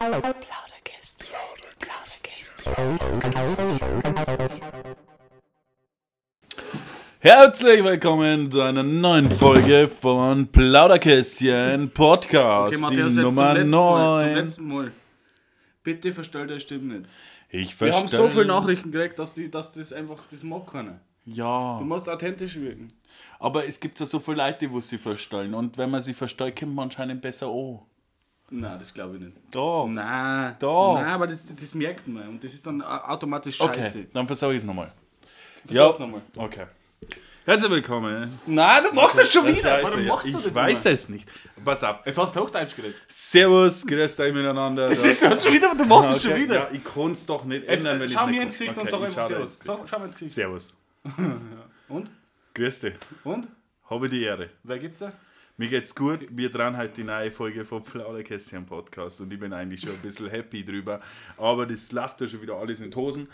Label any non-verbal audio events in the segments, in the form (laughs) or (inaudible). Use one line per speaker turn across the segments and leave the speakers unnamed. Plauderkästchen.
Herzlich willkommen zu einer neuen Folge von Plauderkästchen Podcast,
Okay, Matthias,
die
jetzt
Nummer
zum letzten, Mal, zum
9.
letzten Mal. Bitte verstellt deine Stimme nicht.
Ich
Wir
verstehe.
haben so viele Nachrichten gekriegt, dass, die, dass das einfach, das mag keiner.
Ja,
Du musst authentisch wirken.
aber es gibt ja so viele Leute, die sie verstellen. Und wenn man sie verstellt, kommt man anscheinend besser an.
Nein, das glaube ich nicht.
Doch.
Nein.
Doch.
Nein, aber das, das merkt man. Und das ist dann au- automatisch
Okay,
scheiße.
dann versuche ich es nochmal.
Versuch's nochmal.
Okay. Herzlich willkommen.
Nein, du machst das schon wieder.
Scheiße,
Warum machst du
ich
das
weiß
immer?
es nicht. Pass auf.
Jetzt hast du Hochdeutsch geredet.
(laughs) Servus, grüßt euch miteinander.
Das
(laughs)
ist das schon wieder, du machst es
Okay,
schon wieder.
Ja, ich kann es doch nicht
Jetzt,
ändern, wenn ich
schau
nicht
mir
kann.
ins Gesicht
Okay,
und sag
ich
einfach
schau dir
Servus.
ins Gesicht.
Sag, schau mir ins Gesicht. (laughs)
Servus.
Und?
Grüß dich.
Und?
Habe die Ehre.
Wer geht's da?
Mir geht's gut. Wir dran heute die neue Folge vom Plauderkästchen Podcast und ich bin eigentlich schon ein bisschen happy drüber. Aber das läuft ja schon wieder alles in die Hosen,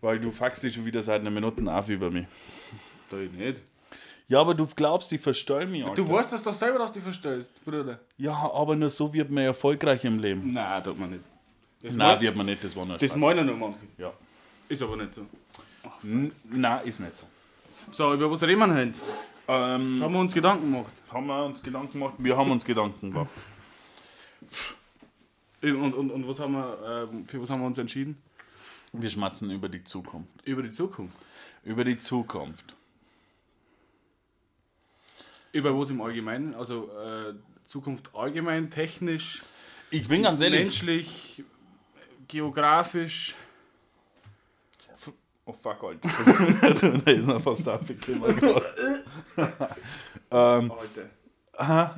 weil du fuckst dich schon wieder seit einer Minute auf über mich.
Da ich nicht.
Ja, aber du glaubst, ich verstell mich. Alter.
Du weißt das doch selber, dass du dich verstellst, Bruder.
Ja, aber nur so wird man erfolgreich im Leben.
Nein, tut man nicht. Das
Nein,
mein-
wird man nicht. Das war nur
das
Spaß.
meinen nur manche.
Ja.
Ist aber nicht so.
N- Nein, ist nicht so.
So, über was reden wir heute?
Ähm,
Haben wir uns Gedanken gemacht.
haben wir uns Gedanken gemacht? Wir haben uns Gedanken gemacht.
Und, und, und was haben wir, ähm, für was haben wir uns entschieden?
Wir schmatzen über die Zukunft.
Über die Zukunft.
Über die Zukunft.
Über was im Allgemeinen? Also äh, Zukunft allgemein, technisch,
Ich bin ganz ehrlich.
menschlich, geografisch.
Oh fuck, (laughs) Alter. da ist noch fast abgekommen. ähm,
Alter.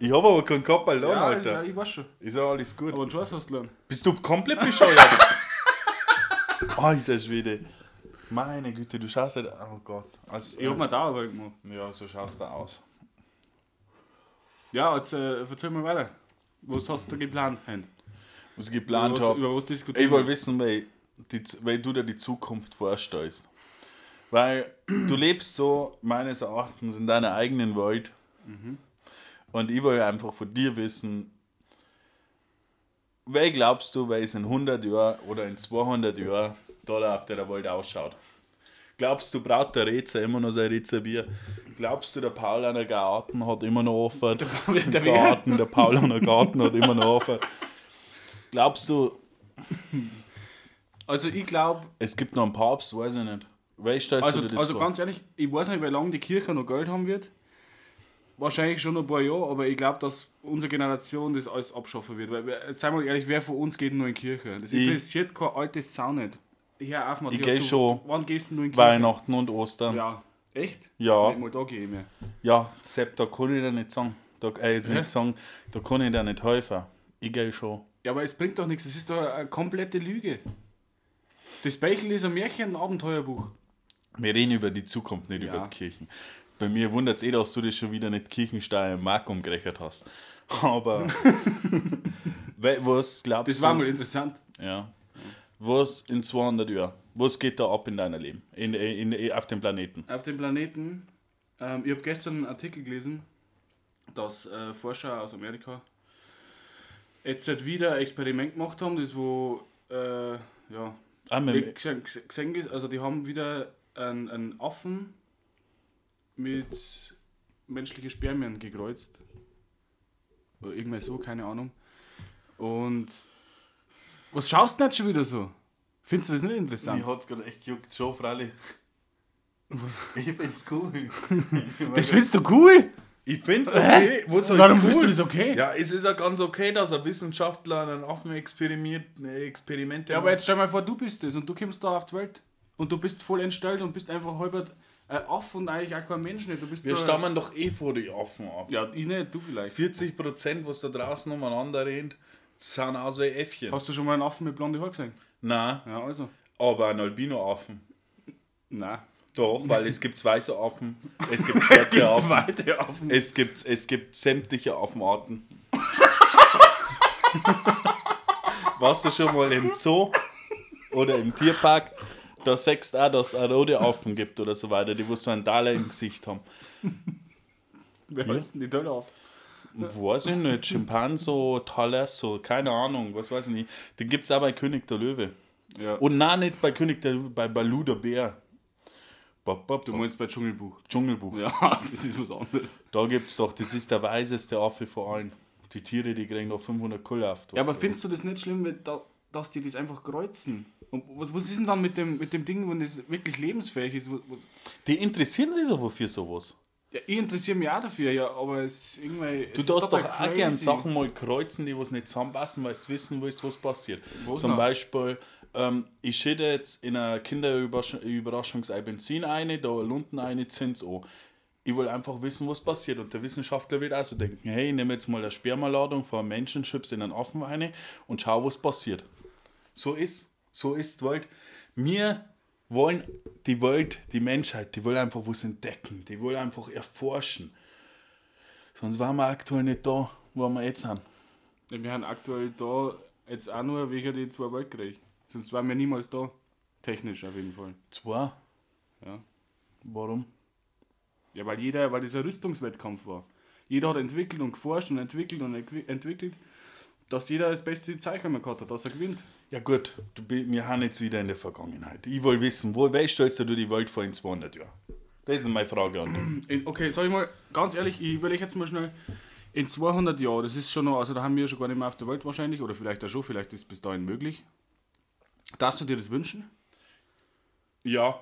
ich habe aber keinen Kopf allein,
Hm? Ja, ich,
Alter.
ich weiß schon.
Ist ja alles gut.
Aber einen Schuss hast du gelernt.
Bist du komplett
(laughs)
bescheuert? Alter Schwede. Meine Güte, du schaust halt. Oh Gott. Also,
Ich hab mir da aber gemacht.
ja, so schaust du aus.
Ja, jetzt äh, erzähl mal weiter. Was hast du geplant? Hein?
Was ich geplant
über was,
habe.
über was diskutieren
Ich will wissen, weil, die, Z- weil du dir die Zukunft vorstellst. Weil du lebst so, meines Erachtens, in deiner eigenen Welt.
Mhm.
Und ich will einfach von dir wissen, wer glaubst du, wer es in 100 Jahren oder in 200 Jahren da auf der Welt ausschaut? Glaubst du, braucht der Reza immer noch sein Reza Bier? Glaubst du, der Paul an der Garten hat immer noch offen?
wir? (laughs)
Der
Der
Garten, der Paul an der Garten hat immer noch offen. Glaubst du,
Also ich glaube,
Es gibt noch einen Papst, weiß ich nicht. Wer stellst
also,
du dir das
also
vor?
ganz ehrlich, ich weiß nicht, wie lange die Kirche noch Geld haben wird. Wahrscheinlich schon noch ein paar Jahre, aber ich glaube, dass unsere Generation das alles abschaffen wird. Weil, wer- jetzt seien wir mal ehrlich, wer von uns geht nur in die Kirche? Das interessiert kein altes Sau nicht. Hör auf, Matthias.
Ich geh
du-
schon
Wann gehst du nur in die Kirche?
Weihnachten und Ostern. Ja,
Ja. Echt?
Ja.
Nicht mal da gehe ich mehr.
Sepp, da kann ich dir nicht sagen. Da, äh, nicht sagen, da kann ich dir nicht helfen. Ich gehe schon.
Ja, aber es bringt doch nichts. Das ist doch eine komplette Lüge. Das Beichel ist ein Märchen, ein Abenteuerbuch.
Wir reden über die Zukunft, nicht
Ja.
über die Kirchen. Bei mir wundert es eh, dass du das schon wieder nicht Kirchensteuer im Markt umgerechnet hast. (laughs)
(laughs)
Aber We- was glaubst
Das
du?
war mal interessant.
Ja. Was in 200 Jahren? Was geht da ab in deinem Leben? In, in, in, auf dem Planeten?
Auf dem Planeten. Ähm, ich habe gestern einen Artikel gelesen, dass äh, Forscher aus Amerika jetzt halt wieder ein Experiment gemacht haben, das wo äh, ja,
Ah, mit,
nicht gesehen, gese- gesehen ist. Also die haben wieder einen, einen Affen mit menschlichen Spermien gekreuzt. Oder irgendwie so, keine Ahnung. Und was schaust du nicht schon wieder so? Findest du das nicht interessant?
Mir hat's gerade echt gejuckt, schon
(laughs)
Fralli. Ich find's cool.
Das findest du cool?
Ich find's okay. Was heißt
Warum
cool?
findest du das okay?
Ja, es ist ja ganz okay, dass ein Wissenschaftler an einem Affen experimentiert. äh, Experimente
Ja, aber
macht.
jetzt stell mal vor, du bist es und du kommst da auf die Welt und du bist voll entstellt und bist einfach halber äh, off und eigentlich auch kein Mensch nicht. Du bist
Wir
so,
stammen doch eh vor die Affen ab.
Ja, ich nicht, du vielleicht.
40%, was da draußen umeinander rennt, sind aus wie Äffchen.
Hast du schon mal einen Affen mit blonden Haaren gesehen?
Nein,
Ja, also.
aber ein Albino-Affen. (laughs)
Nein.
Doch, weil
(laughs)
es gibt weiße Affen, es gibt schwarze Affen.
zweite Affen.
Es gibt, es gibt sämtliche
(laughs)
Affenarten. Warst du schon mal im Zoo oder im Tierpark? Da sagst du auch, dass es auch rote Affen gibt oder so weiter, die wo so einen Daler im Gesicht haben.
Wer heißt denn die tolle Affen?
Weiß ich nicht. Schimpanso, Talasso, keine Ahnung, was weiß ich nicht. Die gibt es auch bei König der Löwe.
Ja.
Und nein, nicht bei König der Löwe, bei Balu der Bär. Bop, bop,
Du
bop.
meinst bei Dschungelbuch.
Dschungelbuch.
Ja, (laughs) das ist was anderes.
Da gibt es doch, das ist der weiseste Affe vor allen. Die Tiere, die kriegen doch 500 Kulle auf.
Ja, aber findest du das nicht schlimm, wenn da, dass die das einfach kreuzen? Und was, was ist denn dann mit dem, mit dem Ding, wenn das wirklich lebensfähig ist? Was, was,
die interessieren sich so für sowas.
ja, ich interessiere mich auch dafür, ja, aber es irgendwie.
Du darfst doch auch gern Sachen mal kreuzen, die was nicht zusammenpassen, weil du wissen willst, was passiert.
Was
Zum
noch?
Beispiel, ähm, ich schütte jetzt in einer Kinderüberraschungs ein Benzin eine, da unten eine Zins an. Ich will einfach wissen, was passiert. Und der Wissenschaftler wird also denken, hey, ich nehme jetzt mal eine Spermaladung von einem Menschen, schieb's in einen Affen eine und schau, was passiert. So ist, so ist die Welt. Wir wollen die Welt, die Menschheit, die will einfach was entdecken, die will einfach erforschen. Sonst waren wir aktuell nicht da, wo wir jetzt sind.
Ja, wir haben aktuell da jetzt auch nur wegen die zwei Weltkriege. Sonst waren wir niemals da. Technisch auf jeden Fall.
Zwei.
Ja.
Warum?
Ja, weil jeder, weil dieser Rüstungswettkampf war. Jeder hat entwickelt und geforscht und entwickelt und entwi- entwickelt, dass jeder das beste Zeichen mehr gehabt hat, dass er gewinnt.
Ja gut, du, bi- wir haben jetzt wieder in der Vergangenheit. Ich will wissen, wo weißt du, dass du die Welt vor in 200 Jahren? Das ist meine Frage an dich.
In, okay, sag ich mal, ganz ehrlich, ich überlege jetzt mal schnell, in 200 Jahren, das ist schon noch, also da haben wir ja schon gar nicht mehr auf der Welt wahrscheinlich, oder vielleicht auch schon, vielleicht ist bis dahin möglich. Darfst du dir das wünschen?
Ja.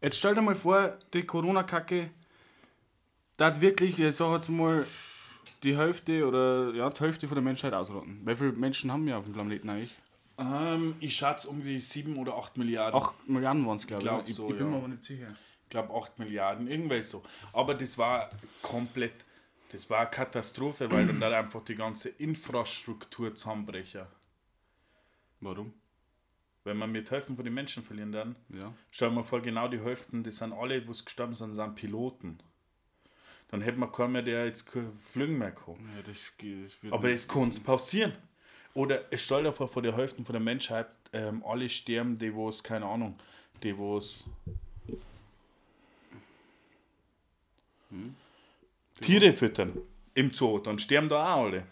Jetzt stell dir mal vor, die Corona-Kacke, da hat wirklich, jetzt sag ich jetzt mal, die Hälfte oder ja, die Hälfte von der Menschheit ausrotten. Wie viele Menschen haben wir auf dem Planeten eigentlich?
Ähm, ich schätze um die 7 oder 8 Milliarden.
8 Milliarden waren es, glaube ich.
Glaub
ne? ich,
so,
ich bin
ja.
mir aber nicht sicher.
Ich glaube 8 Milliarden, irgendwas so. Aber das war komplett, das war eine Katastrophe, weil dann da einfach die ganze Infrastruktur zusammenbrecher.
Warum?
Wenn man mit Hälften von den Menschen verlieren dann,
Ja.
Stell dir mal vor, genau die Hälften, das sind alle, wo es gestorben sind, sind Piloten. Dann hätte man keinen mehr, der jetzt kein fliegen mehr kann.
ja das, geht- das wird
Aber das kann uns passieren. Oder stell dir vor, vor der Hälfte von der Menschheit, ähm, alle sterben, die wo es, keine Ahnung, die wo es. Tiere füttern im Zoo, dann sterben da auch alle.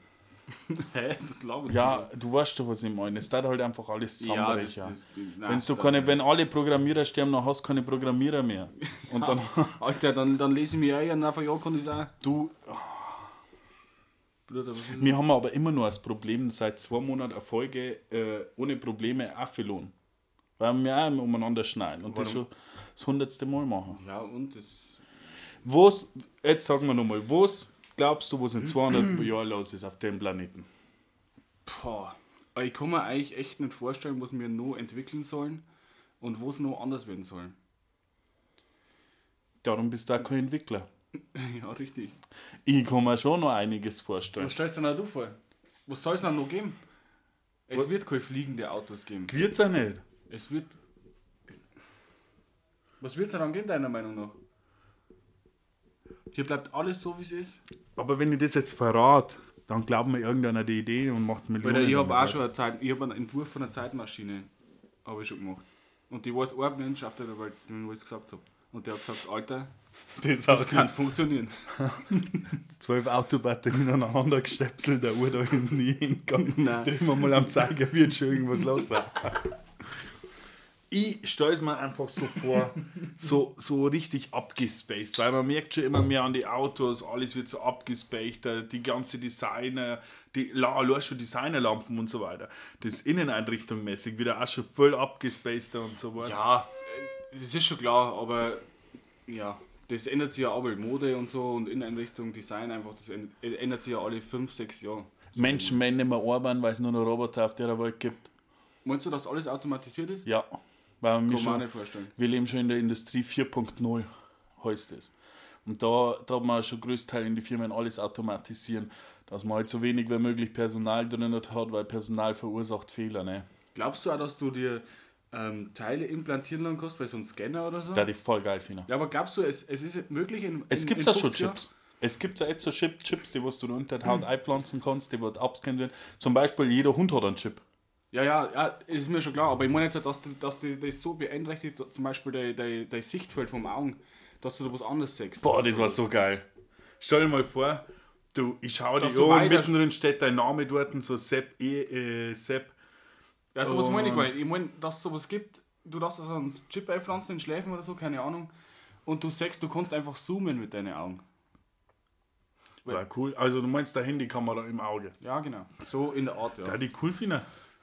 (laughs) Hä? Was laberst
Ja, du weißt doch, was ich meine. Es darf halt einfach alles
du? Ja, das,
zusammenbrechen.
das, nein,
wenn, du
das-
keine, wenn alle Programmierer sterben, dann hast du keine Programmierer mehr. (laughs) Und dann
Alter, dann, dann lese ich eh mich ein und einfach ja kann ich auch.
(laughs) Du,
Bruder, was ist
wir haben aber immer nur das Problem, seit zwei Monaten eine Folge äh, ohne Probleme Affelon. Weil wir auch immer umeinander schneiden und das schon das hundertste Mal machen.
Ja, und das.
Was, jetzt sagen wir nochmal, was glaubst du, was in (clears throat) 200 Jahren los ist auf dem Planeten?
Boah. Aber Ich kann mir eigentlich echt nicht vorstellen, was wir noch entwickeln sollen und was noch anders werden sollen.
Darum bist du auch kein Entwickler.
(laughs) ja, richtig.
Ich kann mir schon noch einiges vorstellen.
Was stellst du denn auch du vor? Was soll es denn noch geben? Es
Was?
wird keine fliegende Autos geben.
Wird's ja nicht.
Es wird. Was wird es dann geben, deiner Meinung nach? Hier bleibt alles so, wie es ist.
Aber wenn ich das jetzt verrate, dann glauben wir irgendeiner die Idee und macht Millionen.
Weil ich habe auch
damit.
schon eine Zeit, ich hab einen Entwurf von einer Zeitmaschine habe ich schon gemacht. Und die weiß ein Mensch auf der Welt, dem ich es gesagt habe. Und der hat gesagt, Alter,
Das
das
hat
(laughs) kann funktionieren.
zwölf Autobatterien aneinander gestöpselt, der Uhr da hinten nie hingegangen.
Nein.
Drehen wir mal am Zeiger, wird schon irgendwas los sein. Ich stelle es mir einfach so vor, so, so richtig abgespaced, weil man merkt schon immer mehr an die Autos, alles wird so abgespaced, äh, die ganze Designer, die la- la- schon Designerlampen und so weiter. Das Inneneinrichtung mäßig wieder auch schon voll abgespaced und sowas.
Ja, äh, das ist schon klar, aber ja, das ändert sich ja auch, weil Mode und so und Inneneinrichtung, Design einfach, das änd- äh, ändert sich ja alle 5, 6 Jahre.
Menschen werden nicht mehr arbeiten, weil es nur noch Roboter auf der Welt gibt.
Meinst du, dass alles automatisiert ist?
Ja, weil wir
Kann man auch
schon
nicht vorstellen.
Wir leben schon in der Industrie 4.0, heißt es. Und da darf man schon größtenteils in die Firmen alles automatisieren, dass man halt so wenig wie möglich Personal drin hat, weil Personal verursacht Fehler. Ne?
Glaubst du auch, dass du dir ähm, Teile implantieren lassen kannst, weil so ein Scanner oder so?
Da die voll geil finde.
Ja, aber glaubst du, es, es ist möglich in
Es
in-
gibt
in
ja schon
50 Jahren?
Chips. Es gibt ja jetzt so Chip, Chips, die was du unter die Haut einpflanzen kannst, die wird abscannen werden. Zum Beispiel jeder Hund hat einen Chip.
Ja, ja, ja, ist mir schon klar, aber ich meine jetzt, dass, du- dass die das so beeinträchtigt, zum Beispiel dein, dein, dein Sichtfeld vom Augen, dass du da was anderes siehst.
Boah, das war so geil. Stell dir mal vor, Du, ich schau dich
Dass du
an,
weiter-
mittendrin steht dein Name dort, und so Sepp, eh, äh, Sepp.
Ja, sowas meine ich
Und-
gar nicht. Ich meine, dass es sowas gibt, du lässt so einen Chip einpflanzen in den Schläfen oder so, keine Ahnung. Und du sagst, du kannst einfach zoomen mit deinen Augen.
War cool. Also du meinst der Handykamera im Auge.
Ja, genau. So in der Art, ja.
Da die cool finden.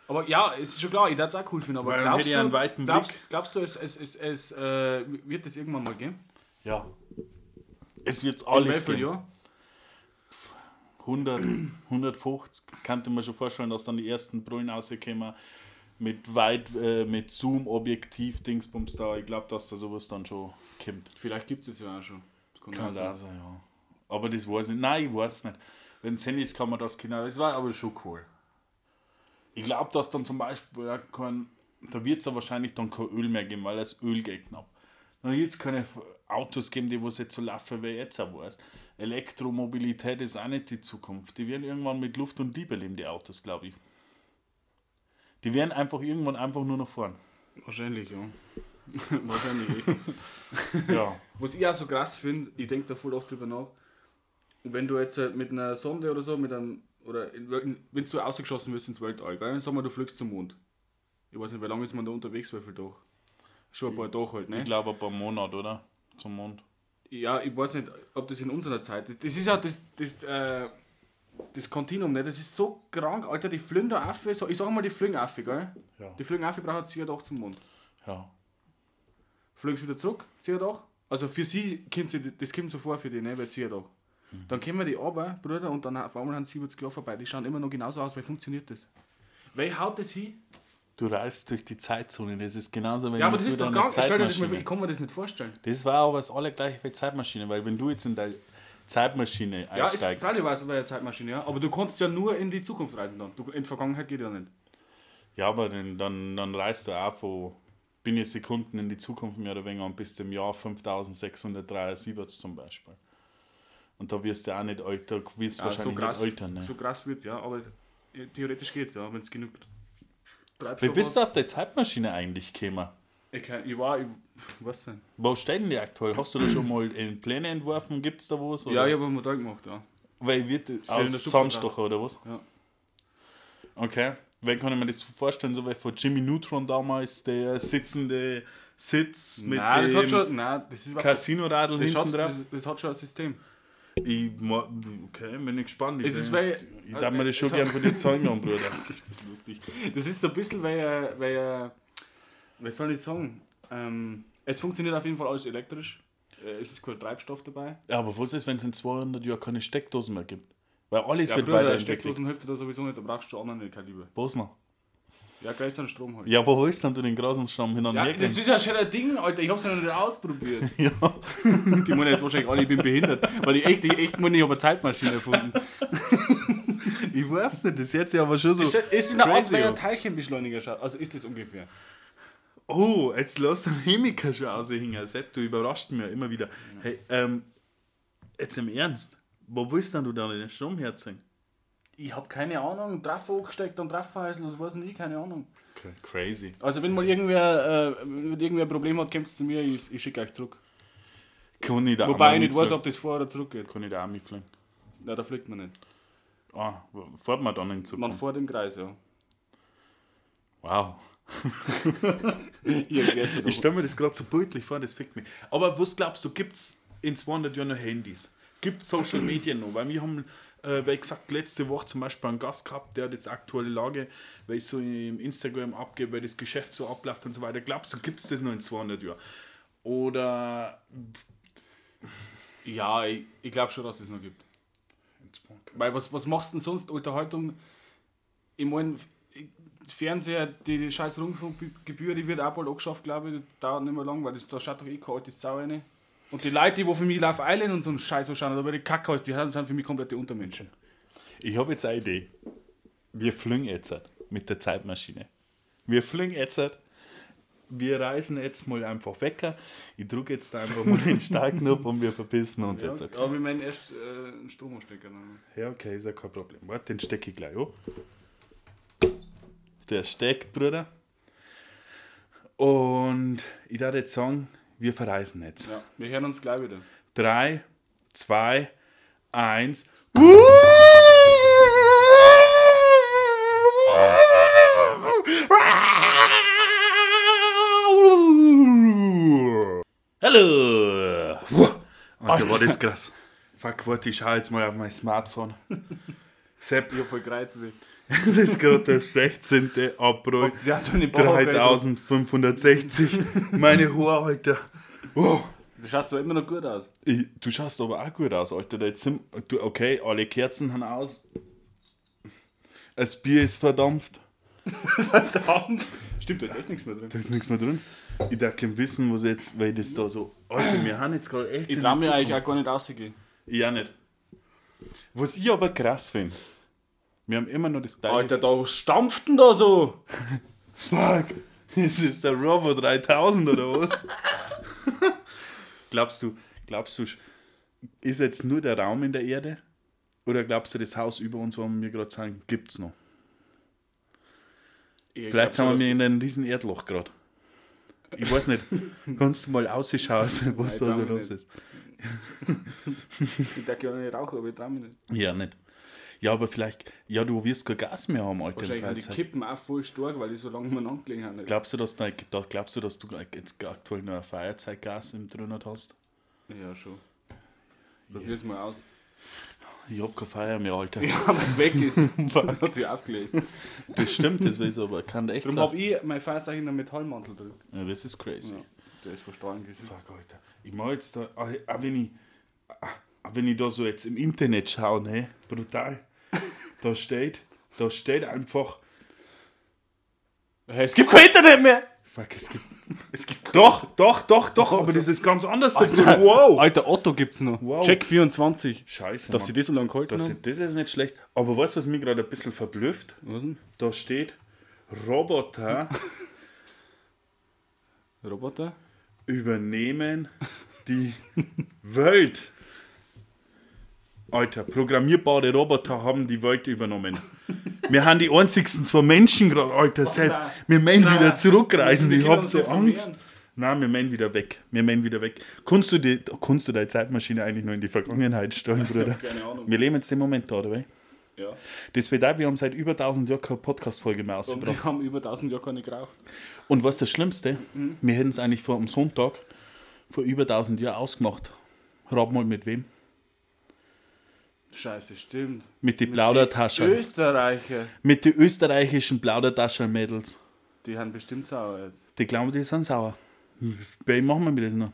Aber ja, es ist schon klar, ich würde es auch cool finden. Aber
Weil dann
glaubst,
hätte ich
du,
einen weiten
glaubst,
Blick.
glaubst du, es, es, es, es äh, wird es irgendwann mal geben?
Ja. Es wird
In
alles
wie viel
geben.
Jahren?
100, 150 kannte man schon vorstellen, dass dann die ersten Brillen rauskommen mit weit, äh, mit Zoom, Objektiv, Dingsbums da. Ich glaube, dass da sowas dann schon kommt.
Vielleicht gibt es es ja auch schon. Das kann
Kann
auch
da
sein.
sein, ja. Aber das weiß ich nicht. Nein, ich weiß nicht. Wenn es Handys kann man das genau. Das war aber schon cool. Ich glaube, dass dann zum Beispiel auch kein, da wird es ja wahrscheinlich dann kein Öl mehr geben, weil das Öl geht knapp. Dann wird es keine F- Autos geben, die was jetzt so laufen, wie jetzt auch weiß. Elektromobilität ist auch nicht die Zukunft. Die werden irgendwann mit Luft und Liebe leben, die Autos, glaube ich. Die werden einfach irgendwann einfach nur noch fahren.
Wahrscheinlich, ja. (laughs) Wahrscheinlich.
Ja.
Was ich auch so krass finde, ich denke da voll oft drüber nach, wenn du jetzt äh, mit einer Sonde oder so, mit einem, oder in welchen- wenn du ausgeschossen wirst ins Weltall, gell? sag mal, du fliegst zum Mond. Ich weiß nicht, wie lange ist man da unterwegs, wie viel Tag? Schon ein paar Tage halt,
ich
ne?
glaube, ein paar Monate, oder? Zum Mond.
Ja, ich weiß nicht, ob das in unserer Zeit ist. Das ist ja das, das, äh, das Kontinuum, ne? Das ist so krank, Alter, die fliegen da Affe, so, ich sag mal, die fliegen Affe, gell?
Ja.
Die fliegen Affe brauchen CO8 zum Mond.
Ja.
fliegst wieder zurück, CO8. Also für sie kommt sie, das kommt so vor für die, ne, weil CO8.
Mhm.
Dann kommen wir die runter, Bruder, und dann auf einmal haben sie 70 Jahre vorbei. Die schauen immer noch genauso aus, weil funktioniert das. Weil haut das hin?
Du reist durch die Zeitzone, das ist genauso, wenn
Ja, aber
du
das ist
wieder
doch
eine
gar nicht. Stell dir das mal vor,
Zeitmaschine-
ich kann mir das nicht vorstellen.
Das war aber das allergleiche wie Zeitmaschine, weil wenn du jetzt in deine Zeitmaschine
Ja, ist
einsteigst, ja,
freilich weiß bei der Zeitmaschine, ja. Aber du kannst ja nur in die Zukunft reisen dann. Du, in die Vergangenheit geht ja nicht.
aber dann, dann, dann reist du auch von bin ich Sekunden in die Zukunft mehr oder weniger und bist im Jahr 5673 zum Beispiel. Und da wirst du auch nicht älter, du wirst
Ja, Also so
wahrscheinlich
krass,
nicht älter. Ne?
so krass wird ja, aber äh, theoretisch geht's ja, wenn es genug
wie
Treibstoff
bist du auf der Zeitmaschine eigentlich gekommen?
Ich, kann- ich war, ich, was denn?
Wo stehen die aktuell? Hast du da schon mal in Pläne entworfen? Gibt es da was?
Ja,
oder?
ich habe mir da gemacht, ja.
Weil wird
in der
aus
Schublade.
Sandstocher oder was?
Ja.
Okay. Wer kann ich mir das vorstellen, so wie von Jimmy Neutron damals, der sitzende Sitz mit
nein, das
dem
hat schon, nein, das ist
Casino-Radl
Das hat,
hinten drauf?
das, das hat schon ein System.
Ich ma- okay, bin ich gespannt. Ich,
Es ist,
bin-
weil-
ich darf mir das schon
es
gern
hat-
von dir zeigen, lassen, Bruder. das ist lustig.
(laughs) Das ist so ein bisschen, weil, äh, weil äh, was soll ich sagen? Ähm, es funktioniert auf jeden Fall alles elektrisch. Äh, Es ist kein Treibstoff dabei.
Ja, aber was ist, wenn es in 200 Jahren keine Steckdosen mehr gibt? Weil alles wird
der
weiterentwickelt.
Steckdosen hilft dir da sowieso nicht, da brauchst du anderen Kaliber.
Was noch?
Ja, größeren Strom halt.
Ja, wo holst denn du den Grasenstamm hin?
Ja, das ist ja schon ein Ding, Alter. Ich hab's ja noch nicht (laughs) ausprobiert.
ja.
Die meinen jetzt wahrscheinlich alle, ich bin behindert. Weil ich echt, ich echt meine, ich habe eine Zeitmaschine erfunden.
Ich weiß nicht, das ist jetzt ja aber schon so.
(laughs) Ist, ist in der Art,
crazy,
wie
ja.
ein Teilchenbeschleuniger schaut. Also ist das ungefähr.
Oh, jetzt lass den Chemiker schon raushängen. Sepp, du überrascht mich ja immer wieder. Hey, ähm, jetzt im Ernst, wo willst denn du da den Strom herziehen?
Ich hab keine Ahnung. Treffer angesteckt und Treffer heißen, das weiß ich nie, keine Ahnung.
Okay, crazy.
Also wenn mal irgendwer, äh, wenn irgendwer ein Problem hat, kommt zu mir, ich, ich schicke euch zurück.
Kann ich da
Wobei
auch
ich nicht weiß,
mitfliegen?
ob das vor oder zurück geht.
Kann ich da auch mitfliegen?
Na, da fliegt man nicht.
Ah, fährt man dann in
Man
Zukunft?
fährt im Kreis, ja.
Wow.
Ich vergesse
Ich
doch.
stelle mir das gerade so bildlich vor, das fickt mich. Aber was glaubst du, gibt es in 200 Jahren noch Handys? Gibt es Social Media noch? Weil wir haben, äh, wie gesagt, letzte Woche zum Beispiel einen Gast gehabt, der hat jetzt aktuelle Lage, weil ich so im Instagram abgebe, weil das Geschäft so abläuft und so weiter. Glaubst du, gibt es das noch in 200 Jahren? Oder.
Ja, ich, ich glaube schon, dass es das noch gibt. Weil was, was machst du denn sonst? Unterhaltung, ich meine, Fernseher, die, die scheiß Rundfunkgebühr, die wird auch bald abgeschafft, glaube ich. Das dauert nicht mehr lang, weil das, da schaut doch eh keine alte Sau rein. Und die Leute, die wo für mich Love Island und so einen Scheiß anschauen, aber die Kacke ist, die sind für mich komplette Untermenschen.
Ich habe jetzt eine Idee. Wir fliegen jetzt mit der Zeitmaschine. Wir fliegen jetzt. Wir reisen jetzt mal einfach weg. Ich drücke jetzt einfach mal den Startknopf und wir verbissen uns
Ja,
jetzt. Okay?
Aber wir meinen erst äh, einen Stromanstecker. ne?
Ja, okay, ist ja kein Problem. Warte, den stecke ich gleich an. Der steckt, Bruder. Und ich darf jetzt sagen, wir verreisen jetzt.
Ja, wir hören uns gleich wieder.
Drei, zwei, eins. Hallo! Alter, war das krass. Fuck, warte, ich schau jetzt mal auf mein Smartphone. Sepp,
Ich hab voll gereizt mich.
es ist gerade der 16. April.
Ja, so eine Bauarbeiter.
3560. Meine Haare, Alter. Wow.
Du schaust doch immer noch gut aus.
Ich, du schaust aber auch gut aus, Alter. Jetzt sind, du, okay, alle Kerzen haben aus. Das Bier ist verdampft.
Verdammt. Stimmt, da ist echt nichts mehr drin.
Da ist nichts mehr drin. Ich darf kein wissen, was jetzt, weil das da so. Alter, wir haben jetzt gerade echt.
Ich trau mir eigentlich auch gar nicht rauszugehen.
Ja, nicht. Was ich aber krass finde, wir haben immer noch das gleiche.
Alter, da stampft denn da so?
Fuck! (laughs) Ist es der Robo 3000 oder was? (laughs) glaubst du, glaubst du, ist jetzt nur der Raum in der Erde? Oder glaubst du, das Haus über uns, wo wir gerade sagen, gibt's noch?
Ich
Vielleicht
glaub
sind
schon,
wir in einem riesen Erdloch gerade. Ich weiß nicht. (laughs) Kannst du mal ausschauen, was
Nein,
da so
trau mich
los
nicht.
ist?
dass- Ich darf gar nicht rauchen, aber ich trau mich nicht.
Ja, nicht. Ja, aber vielleicht, ja, du wirst kein Gas mehr haben, Alter. in
Wahrscheinlich haben die
Freizeit.
Kippen auch voll stark, weil die so lange mal angelegen haben. jetzt.
Glaubst du, dass, nein, da- glaubst du, dass du jetzt aktuell noch ein Feuerzeitgas im Dröhner hast?
Ja, schon. Probier's mal aus. (laughs)
Ich hab keine Feier mehr, Alter.
Ja, weil es weg (laughs) ist. Dann hat sich aufgelesen.
Das stimmt, das weiß ich aber. Kann echt
Darum
sein.
hab ich mein Fahrzeichen in einem Metallmantel drin.
Ja, das ist crazy.
Ja. Der ist vor Strahlen geschützt.
Fuck, Alter. Ich mach jetzt da, auch auch wenn ich, auch wenn ich da so jetzt im Internet schaue, ne, brutal. (laughs) Da steht, da steht einfach,
Hey, es gibt kein Internet mehr!
fuck, es gibt, (laughs) es gibt doch, doch, doch, doch, aber das ist ganz anders. Alter. Also, (laughs) Wow.
Alter, Otto gibt's noch.
Wow.
Check24.
Scheiße,
Dass sie
Mann.
das so lange gehalten
das,
haben.
ist, das ist nicht schlecht. Aber weißt du, was mich gerade ein bisschen verblüfft?
Was denn?
Da steht, Roboter
Roboter?
übernehmen die (laughs) Welt. Alter, programmierbare Roboter haben die Welt übernommen. Wir haben die einzigsten zwei Menschen gerade, Alter, Sepp.
nein.
Wir meinen wieder zurückreisen.
Wir
Ich
können
hab
uns
so
nicht
Angst.
vermehren.
Nein, wir meinen wieder weg. Wir meinen wieder weg. Kannst du, die, kannst du deine Zeitmaschine eigentlich nur in die Vergangenheit
(laughs)
stellen, Bruder?
Keine Ahnung.
Wir leben jetzt den Moment da, oder? wie?
Ja.
Das bedeutet, wir haben seit über 1000 Jahren keine Podcast-Folge mehr
Und
ausgebracht.
die haben über 1000 Jahre keine geraucht.
Und was das Schlimmste? Wir hätten es eigentlich vor am Sonntag vor über 1000 Jahren ausgemacht. Rat mal mit wem?
Scheiße, stimmt.
Mit den Plaudertaschen.
Österreicher.
Mit den österreichischen Plaudertaschen-Mädels.
Die haben bestimmt sauer jetzt.
Die glauben, die sind sauer. Bei wem machen wir mit das noch? Hm.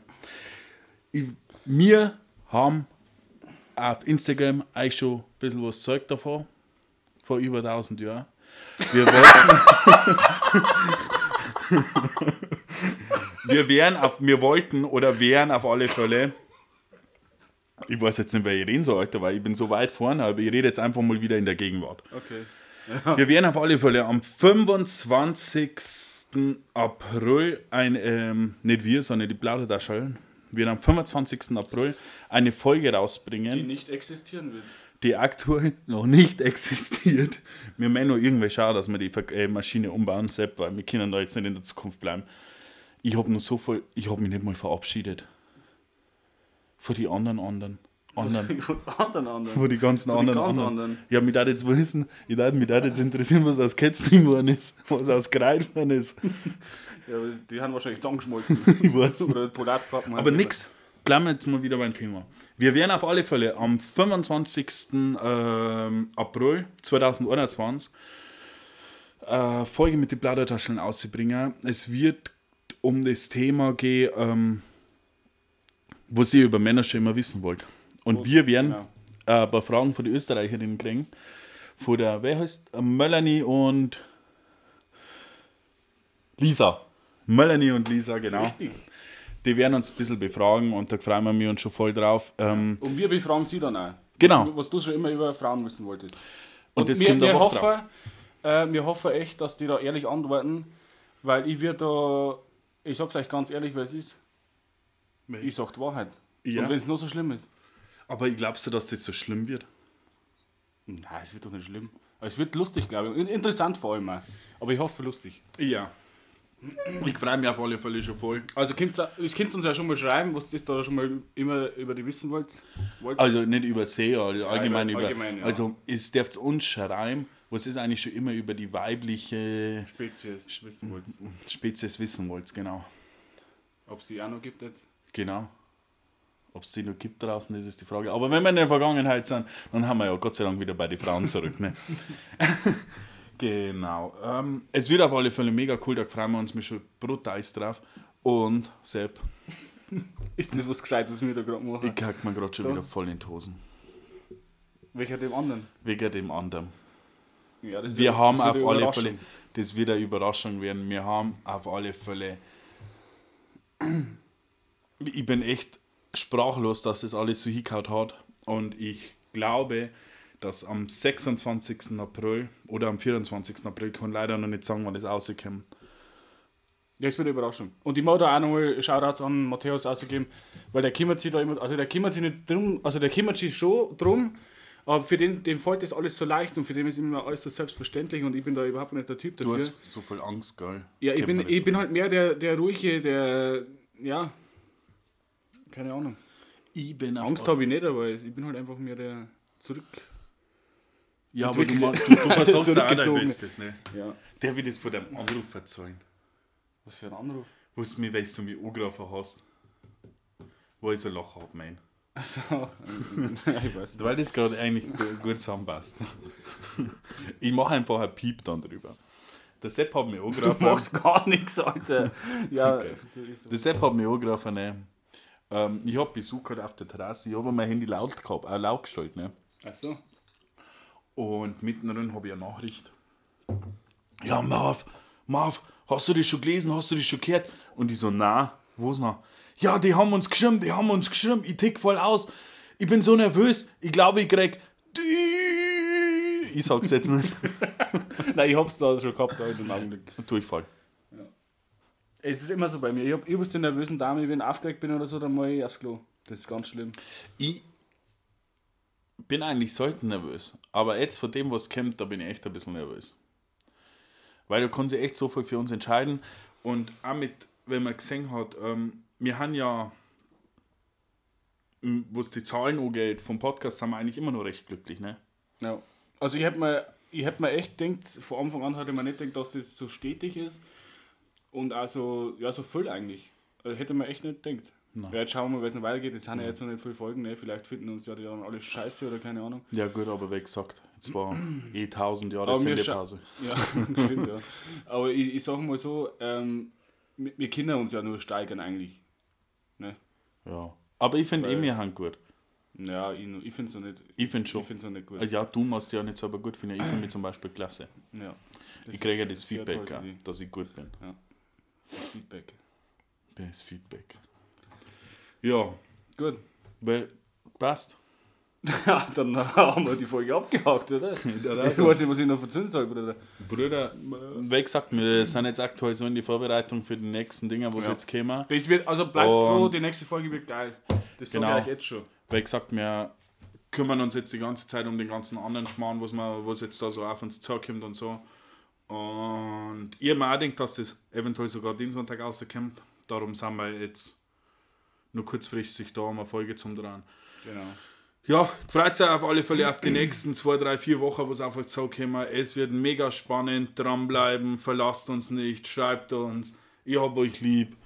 Ich, wir haben auf Instagram eigentlich schon ein bisschen was Zeug davon. Vor über 1000 Jahren. Wir wollten. wir, wären auf, wir wollten oder wären auf alle Fälle. Ich weiß jetzt nicht, wer ich reden soll, Alter, weil ich bin so weit vorne, aber ich rede jetzt einfach mal wieder in der Gegenwart.
Okay.
Wir werden auf alle Fälle am 25. April ein, ähm, nicht wir, sondern die Plaudertascheln, wir werden am 25. April eine Folge
Die
rausbringen,
nicht existieren wird.
die aktuell noch nicht existiert. Wir meinen nur irgendwie schauen, dass wir die Ver äh, Maschine umbauen, Sepp, weil wir können da jetzt nicht in der Zukunft bleiben. Ich habe nur so voll, ich habe mich nicht mal verabschiedet. Vor die anderen, anderen, anderen.
(laughs) Von anderen anderen.
Wo die ganzen
die
anderen,
ganz
anderen.
anderen.
Ja, mich darf jetzt wissen, ich darf mich darf jetzt interessieren, was aus Ketzling geworden ist, was aus Kreil geworden ist.
Ja, aber die haben wahrscheinlich zusammengeschmolzen.
(laughs) Ich weiß nicht.
Oder Polatpappen.
Aber nix. Bleiben wir jetzt mal wieder beim Thema. Wir werden auf alle Fälle am 25. ähm, April 2021 äh, Folge mit den Plaudertaschen auszubringen. Es wird um das Thema gehen, ähm, was ihr über Männer schon immer wissen wollt. Und wir werden
genau.
äh, ein paar Fragen von den Österreicherinnen kriegen. Von der, wer heißt Melanie und Lisa. Melanie und Lisa, (laughs) genau.
Richtig.
Die werden uns ein bisschen befragen und da freuen wir uns schon voll drauf. Ähm,
Und wir befragen sie dann auch.
Genau.
Was du schon immer über Frauen wissen wolltest.
und, das
wir,
kommt
wir,
aber auch drauf.
hoffen, äh, wir hoffen echt, dass die da ehrlich antworten, weil ich wird da, ich sag's euch ganz ehrlich, weil es ist. Ich sag die Wahrheit.
Ja.
Und wenn es nur so schlimm ist.
Aber ich glaubst du, dass das so schlimm wird?
Nein, es wird doch nicht schlimm. Aber es wird lustig, glaube ich. und Interessant vor allem auch. Aber ich hoffe lustig.
Ja. Ich freue mich auf alle Fälle schon voll.
Also könnt ihr könnt's uns ja schon mal schreiben, was das da schon mal immer über die wissen wollt. wollt.
Also nicht über See, also allgemein
über-
über.
allgemein, ja.
Also es dürft uns schreiben, was ist eigentlich schon immer über die weibliche
Spezies wissen wollt.
Spezies wissen wollt, genau.
Ob es die auch noch gibt jetzt.
Genau. Ob es die noch gibt draußen, das ist die Frage. Aber wenn wir in der Vergangenheit sind, dann haben wir ja Gott sei Dank wieder bei den Frauen zurück. Ne? genau. Ähm, es wird auf alle Fälle mega cool, da freuen wir uns mit schon brutal drauf. Und Sepp,
Ist das was Gescheites, was wir da gerade machen?
ich kack mir gerade schon
So.
wieder voll in die Hosen.
Welcher dem anderen?
Wegen dem anderen.
Ja, das
Wir
wird-
haben
das
auf
wird eine
alle
Überraschung.
Fälle, das wird eine Überraschung werden. Wir haben auf alle Fälle. (clears throat) Ich bin echt sprachlos, dass das alles so hingehauen hat. Und ich glaube, dass am 26. April oder am 24. April, ich kann leider noch nicht sagen, wann das rauskommt.
Ja, es wird eine Überraschung. Und ich mag da auch nochmal Shoutouts an Matthäus ausgeben, weil der kümmert sich da immer, also der kümmert sich nicht drum, also der kümmert sich schon drum, aber für den, dem fällt das alles so leicht und für den ist immer alles so selbstverständlich und ich bin da überhaupt nicht der Typ
Du
dafür.
hast so viel Angst, gell?
ja, ich
Kennt
bin,
man das
ich
so?
bin halt mehr der, der ruhige, der, ja, keine Ahnung.
ich bin auf
Angst habe ich nicht, aber ich bin halt einfach mehr der zurück.
Ja, aber du,
entwickelt.
ma- du, du
(laughs)
versuchst auch dein
Zurückgezogen.
Bestes, ne?
Ja.
Der wird das von deinem Anruf erzählen.
Was für ein Anruf. (laughs)
Was mir, weil du mich angerufen hast, wo ich so ein Loch habe, mein.
Also,
(laughs)
ich weiß nicht.
Weil das gerade eigentlich gu- gut zusammenpasst. (laughs) Ich mache einfach ein Piep dann drüber. Der Sepp hat mich
Du
angerufen.
machst gar nichts, Alter. Ja,
Okay. Der Sepp hat mich angerufen. Ne? Ähm, ich habe Besuch gehabt auf der Terrasse. Ich habe mein Handy laut gehabt, äh, laut gestellt. Ne?
Ach so.
Und mittendrin habe ich eine Nachricht. Ja, Marv, Marv, hast du das schon gelesen? Hast du das schon gehört? Und ich so, na, wo's noch? Ja, die haben uns geschrieben, die haben uns geschrieben. Ich tick voll aus. Ich bin so nervös. Ich glaube, ich krieg. die- Ich sag's jetzt nicht.
(laughs) Nein, ich hab's da schon gehabt, heute im Augenblick.
Durchfall.
Es ist immer so bei mir. Ich hab übelst den nervösen Dame, wenn ich aufgeregt bin oder so, dann mal ich aufs Klo. Das ist ganz schlimm.
Ich bin eigentlich selten nervös. Aber jetzt von dem, was kommt, da bin ich echt ein bisschen nervös. Weil da kann sich echt so viel für uns entscheiden. Und auch mit, wenn man gesehen hat, ähm, wir haben ja, m, was die Zahlen angeht, vom Podcast, sind wir eigentlich immer noch recht glücklich. Ne?
Ja. Also ich hätte mir, ich hätt mir echt gedacht, von Anfang an hatte man nicht gedacht, dass das so stetig ist und auch so, ja, so voll eigentlich. Also hätte man echt nicht gedacht. Ja, jetzt schauen wir mal, wie es noch weitergeht. Es sind ja jetzt noch nicht viele Folgen, ne? Vielleicht finden uns ja die anderen alle scheiße oder keine Ahnung.
Ja, gut, aber wie gesagt, jetzt war eh tausend Jahre
Aber wir scha-
Sendepause.
Ja, (laughs) stimmt, ja. Aber ich, ich sag mal so, ähm, wir, wir können uns ja nur steigern eigentlich. Ne?
Ja. Aber ich finde eh,
Weil-
wir haben gut.
Ja, ich, ich finde es noch nicht.
Ich finde schon. Also
Ich finde es noch nicht gut.
ja, du machst ja nicht selber gut, finde ich. Ich finde mich zum Beispiel klasse.
Ja.
Ich kriege ja
ist
das
sehr
Feedback,
toll
auch,
für die-
dass ich gut bin.
das Feedback.
Das Feedback. Ja,
Gut.
weil passt.
(laughs) Ja, dann (laughs) haben wir die Folge abgehakt, oder? (laughs) Ich
Also,
weiß nicht, was ich noch verzünden soll, Bruder.
Brüder, wie gesagt, wir sind jetzt aktuell so in die Vorbereitung für die nächsten Dinger, was
Ja.
jetzt käme.
Das wird, also bleibt so,
Und-
die nächste Folge wird geil. Das genau.
Genau.
sag ich euch jetzt schon.
Wie gesagt, wir kümmern uns jetzt die ganze Zeit um den ganzen anderen Schmarrn, was, wir, was jetzt da so auf uns zukommt und so. Und ihr mir auch denkt, dass das eventuell sogar den Sonntag rauskommt. Darum sind wir jetzt nur kurzfristig da, um eine Folge zum Dran.
Genau.
Ja, freut euch auf alle Fälle auf die nächsten zwei, drei, vier Wochen, was auf euch zukommen. Es wird mega spannend. Dranbleiben, verlasst uns nicht, schreibt uns. Ich hab euch lieb.